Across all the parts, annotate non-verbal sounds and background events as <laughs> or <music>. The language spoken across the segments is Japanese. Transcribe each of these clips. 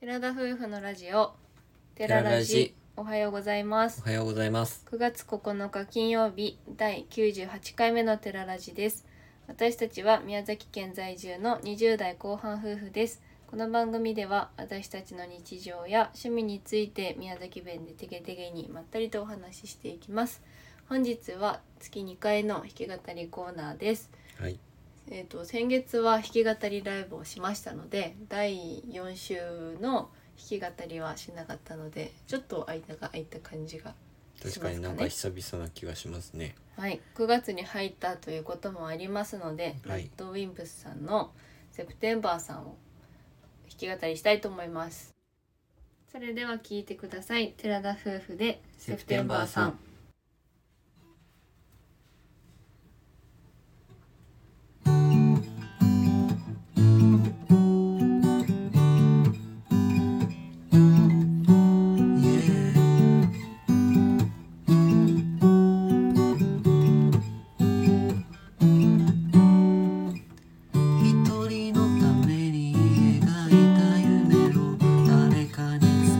寺田夫婦のラジオ寺寺ララジジおはようございますおはようございます。 9月9日金曜日第98回目の寺ラジです私たちは宮崎県在住の20代後半夫婦ですこの番組では私たちの日常や趣味について宮崎弁でてげてげにまったりとお話ししていきます本日は月2回の弾き語りコーナーですはい。えー、と先月は弾き語りライブをしましたので第4週の弾き語りはしなかったのでちょっと間が空いた感じがし確まかすにかなんねか久々な気がしますね。はい、9月に入ったということもありますので、はいラッドウィンプスさんの「セプテンバー」さんを弾き語りしたいと思いますそれでは聴いてください寺田夫婦で「セプテンバーさん」一人のために描いた夢を誰かに使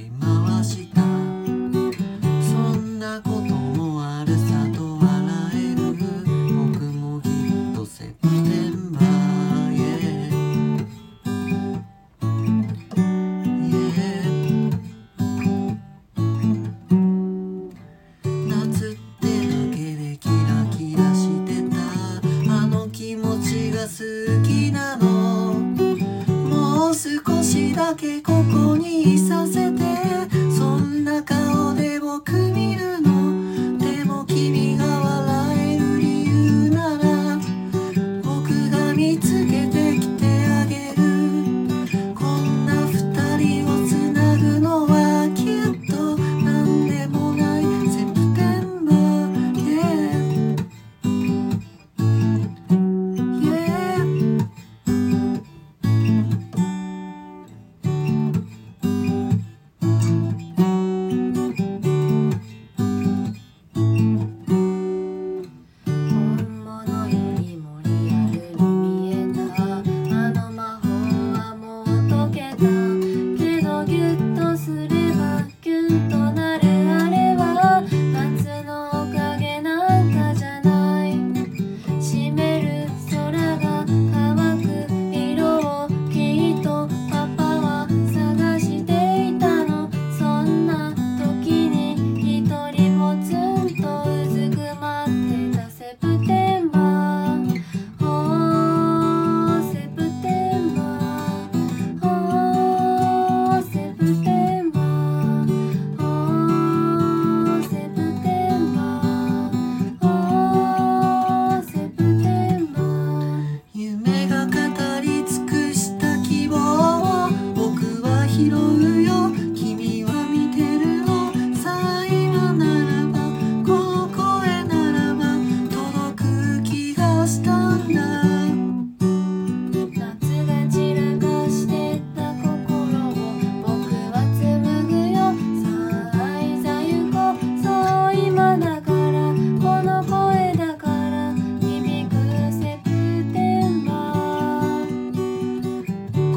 い回したそんなこともあるさと笑える僕もきっとセプテンバー Yeah Yeah 夏ってだけでキラキラしてたあの気持ちが好きなのもう少しだけここにいさせてそんな顔で僕見るのでも君が笑える理由なら僕が見つけてきてあげるこんな二人をつなぐのはきっとなんでもないセプテンバー Yeah Yeah 本物よりもリアルに見えたあの魔法はもう解けたけどギュッとすればギュンとなるあれは夏のおかげなんかじゃない湿る空が乾く色をきっとパパは探していたのそんな時に一人もずっとうずくまってたセプテンバーおーセプテンバーおーセプテンバーおーセプテンバー夢が語り尽くした希望を僕は拾うよ君は見てるのさあ今ならばこの声ならば届く気がしたんだ夏が散らかしてた心を僕は紡ぐよさあいざ行こうそう今だからこの声だから響くセプテンバー声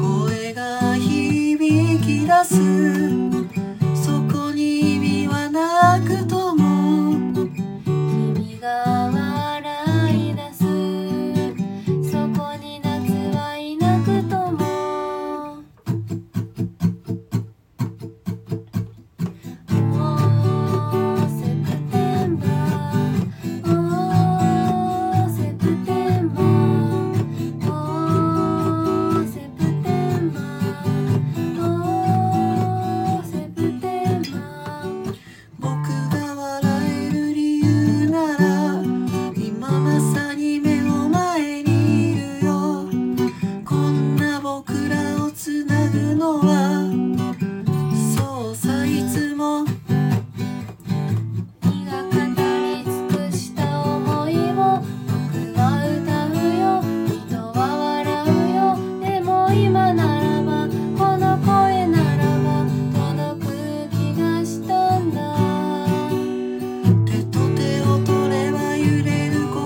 が響き出すそこに意味はなくとも君が笑い出すそこに夏はいなくとも」「おーセプテンバー」「おーセプテンバー」「おーセプテンバー」「おーセプテンバー」僕が笑える理由なら今まさに目の前にいるよこんな僕らをつなぐのはそうさいつも君が語り尽くした思いを僕は歌うよ人は笑うよでも今ならばこの声ならば届く気がしたんだ手と手を取れば揺れる心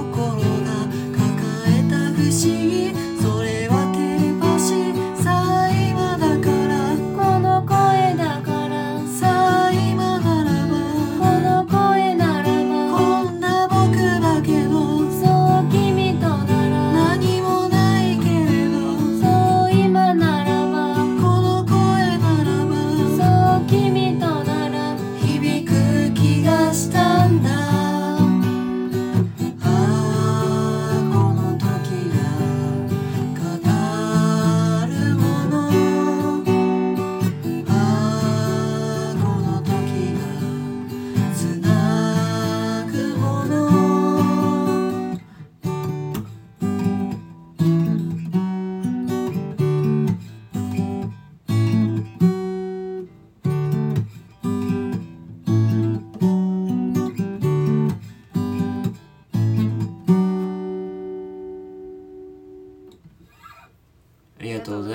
が抱えた不思議それはテレパシーさあ今だから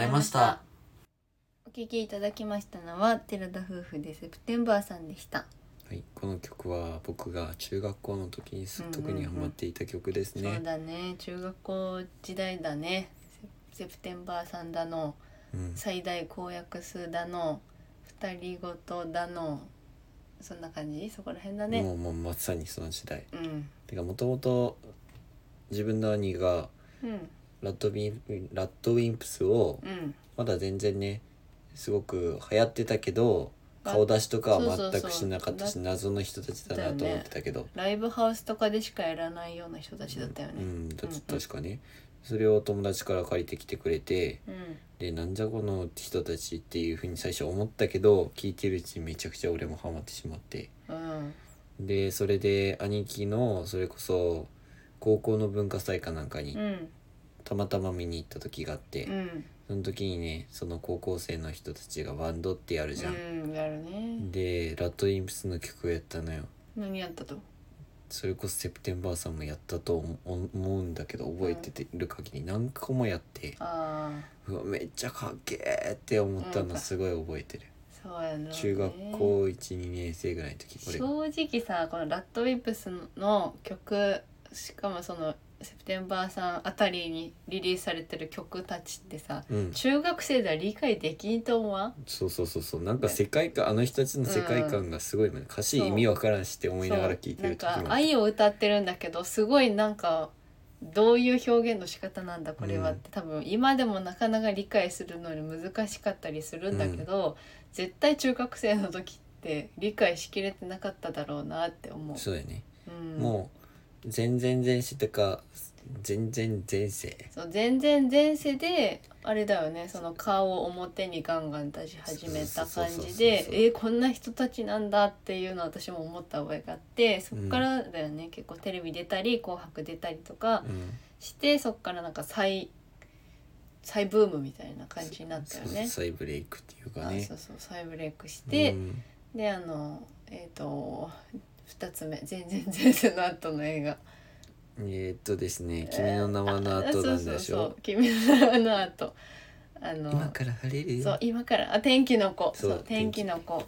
ました。お聞きいただきましたのは寺田夫婦でセプテンバーさんでした。はい、この曲は僕が中学校の時にすうんうんうん特にハマっていた曲ですね。そうだね中学校時代だねセセプテンバーさんだのうん最大公約数だの二人ごとだのそんな感じそこら辺だね。もうもうまさにその時代。うんてかもともと自分の兄がうんラッドビンラッドウィンプスをうんまだ全然ねすごく流行ってたけどあ顔出しとかはそうそう全そうくしなかったし謎の人たちだなと思ってたけど、ライブハウスとかでしかやらないような人たちだったようね。んだ確かねそれを友達から借りてきてくれてうんでなんじゃこの人たちっていうふうに最初思ったけど聞いてるうちにめちゃくちゃ俺もハマってしまってうんでそれで兄貴のそれこそ高校の文化祭かなんかにうんたまたま見に行った時があって、うんその時にねその高校生の人たちがバンドってやるじゃん、うんやるね。でラッドインプスの曲をやったのよ何やったと。それこそセプテンバーさんもやったと思思うんだけど覚えててる限り何個もやってああうわめっちゃかっけーって思ったうんのすごい覚えてる、そうやな。中学校12年生ぐらいの時俺が正直さこのラッドウィップスの曲しかもそのセプテンバーさんあたりにリリースされてる曲たちってさうん中学生では理解できんと思わんそうそうそうそうなんか世界観あの人たちの世界観がすごいもんね歌詞意味わからんしって思いながら聴いてる時そうなんもか愛を歌ってるんだけどすごいなんかどういう表現の仕方なんだこれはって、多分今でもなかなか理解するのに難しかったりするんだけど、絶対中学生の時って理解しきれてなかっただろうなって思う。そうだよね、うん、もう全然前世とか全然前世そう全然前世であれだよねその顔を表にガンガン出し始めた感そうそうそうそうじそうでえーこんな人たちなんだっていうのを私も思った覚えがあってそっからだよね、結構テレビ出たり「紅白」出たりとかうんしてそっからなんか再再ブームみたいな感じになったよそうね。再ブレイクっていうかあねそうそう再ブレイクして、うんであのえっ、と2つ目全然前世の後の映画えーっとですね「君の名は」の後なんでしあそうそうそょう君の名はの後あの今から晴れるそう今からあ天気の子そそうう天気の子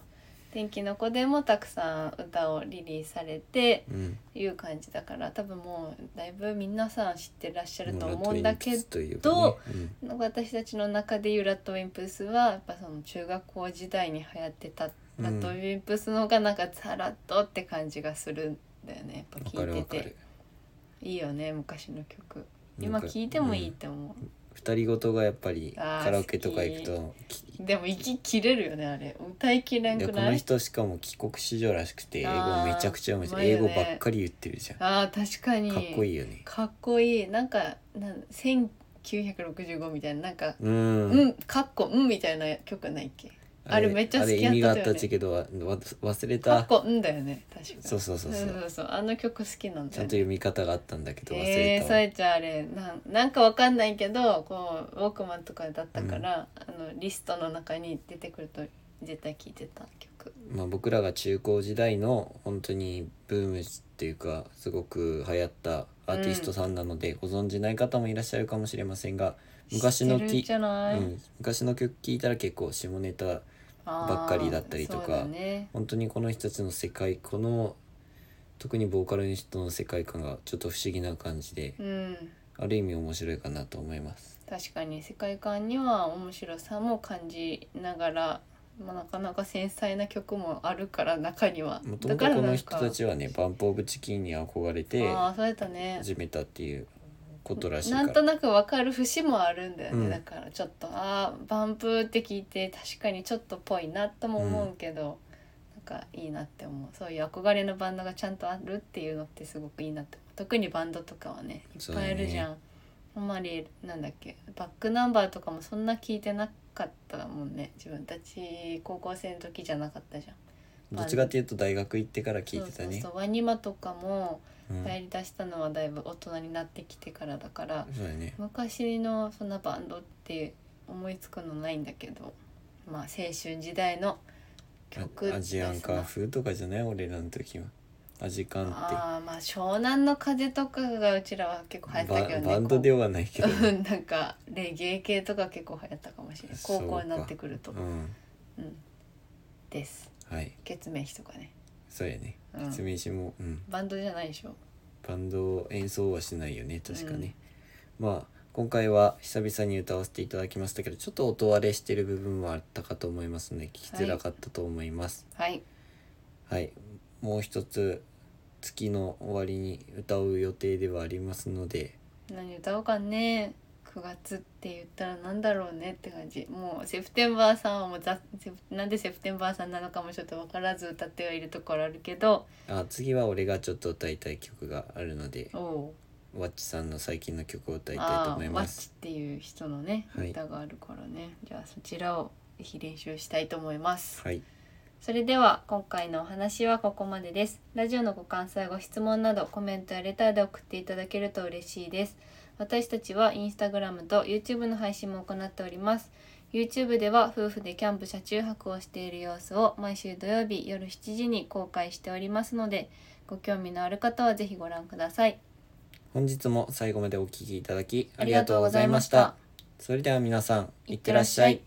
天気の子でもたくさん歌をリリースされてうん、いう感じだから多分もうだいぶ皆さん知ってらっしゃるとも思ううんラだッドけインプスというかねうんど私たちの中でいうラッドウィンプスはやっぱその中学校時代に流行ってたラッドウィンプスの方がなんかさらっとって感じがするんだよねやっぱわかる聞いわてかてるいいよね昔の曲な今んか聞いてもいいっうんて思二人ごとがやっぱりあーカラオケとか行くとう、でも息切れるよねあれ歌いきれんでくこなのい人しかも帰国子女らしくて英あ語ーめちゃくちゃうまいしうまいよ英ね語ばっかり言ってるじゃんかあー確かにっこいいよねかっこいいなんかなん1965みたいななんか、ううんん、かっこうんみたいな曲ないっけあれめっちゃ好きやあれ意ったよ味ねがあったっちゃけどわ忘れかたっこうんだよね確かそうそうそうそうそうそうそうあの曲好きなんちだゃんよとね読み方があったんだけど忘えれー、たさわ、えちゃんあれなんなんかわかんないけどこうウォークマンとかだったから、あのリストの中に出てくると絶対聴いてた曲まあ、僕らが中高時代の本当にブームっていうかすごく流行ったアーティストさんなので、ご存じない方もいらっしゃるかもしれませんが昔の知ってるんきじゃない、うん、昔の曲聴いたら結構下ネタあーばっかりだったりとかそうだね本当にこの人たちの世界この特にボーカルの人の世界観がちょっと不思議な感じで、うんある意味面白いかなと思います。確かに世界観には面白さも感じながら、まあ、なかなか繊細な曲もあるから中にはもとだもとからこなのん人かたちはねバンプ・オブ・チキンに憧れてああそうやったね始めたっていうことらしいかなら。んとなくわかる節もあるんだよね、うんだからちょっとああバンプって聞いて確かにちょっとぽいなとも思うけど、なんかいいなって思うそういう憧れのバンドがちゃんとあるっていうのってすごくいいなって思う特にバンドとかはねいっぱいいるじゃん、あんまりなんだっけバックナンバーとかもそんな聞いてなかったもんね自分たち高校生の時じゃなかったじゃんどっちかっていうと大学行ってから聞いてそたね。うそうそうワニマとかもうん流行りだしたのはだいぶ大人になってきてからだから、そうだね。昔のそんなバンドって思いつくのないんだけどまあ青春時代の曲あアジアンカー風とかじゃない俺らの時は。アジカンっああまあ湘南の風とかがうちらは結構流行てったけどバねバンドではないけ <laughs> どこね、ううんなんかレゲエ系とか結構流行ったかもしれないそう高か校になってくるとうんうんですはい月面碑とかね、そうやねうん説明しも、うん、バンドじゃないでしょバンドを演奏はしないよね確かね、まあ今回は久々に歌わせていただきましたけどちょっと音割れしてる部分はあったかと思いますので聞きづらかったと思いますはいはい、もう一つ月の終わりに歌う予定ではありますので何歌おうかね9月って言ったらなんだろうねって感じもうセプテンバーさんはもうざセプなんでセプテンバーさんなのかもちょっと分からず歌ってはいるところあるけどあ次は俺がちょっと歌いたい曲があるのでおおワッチさんの最近の曲を歌いたいとあ思いーワまッチすっていう人のねはい歌があるからね、じゃあそちらをぜひ練習したいと思いますはいそれでは今回のお話はここまでです。ラジオのご感想やご質問などコメントやレターで送っていただけると嬉しいです。私たちはインスタグラムと YouTube の配信も行っております。YouTube では夫婦でキャンプ車中泊をしている様子を毎週土曜日夜7時に公開しておりますので、ご興味のある方はぜひご覧ください。本日も最後までお聴きいただきありがとうございましたありがとうございましたそれでは皆さんいってらっしゃい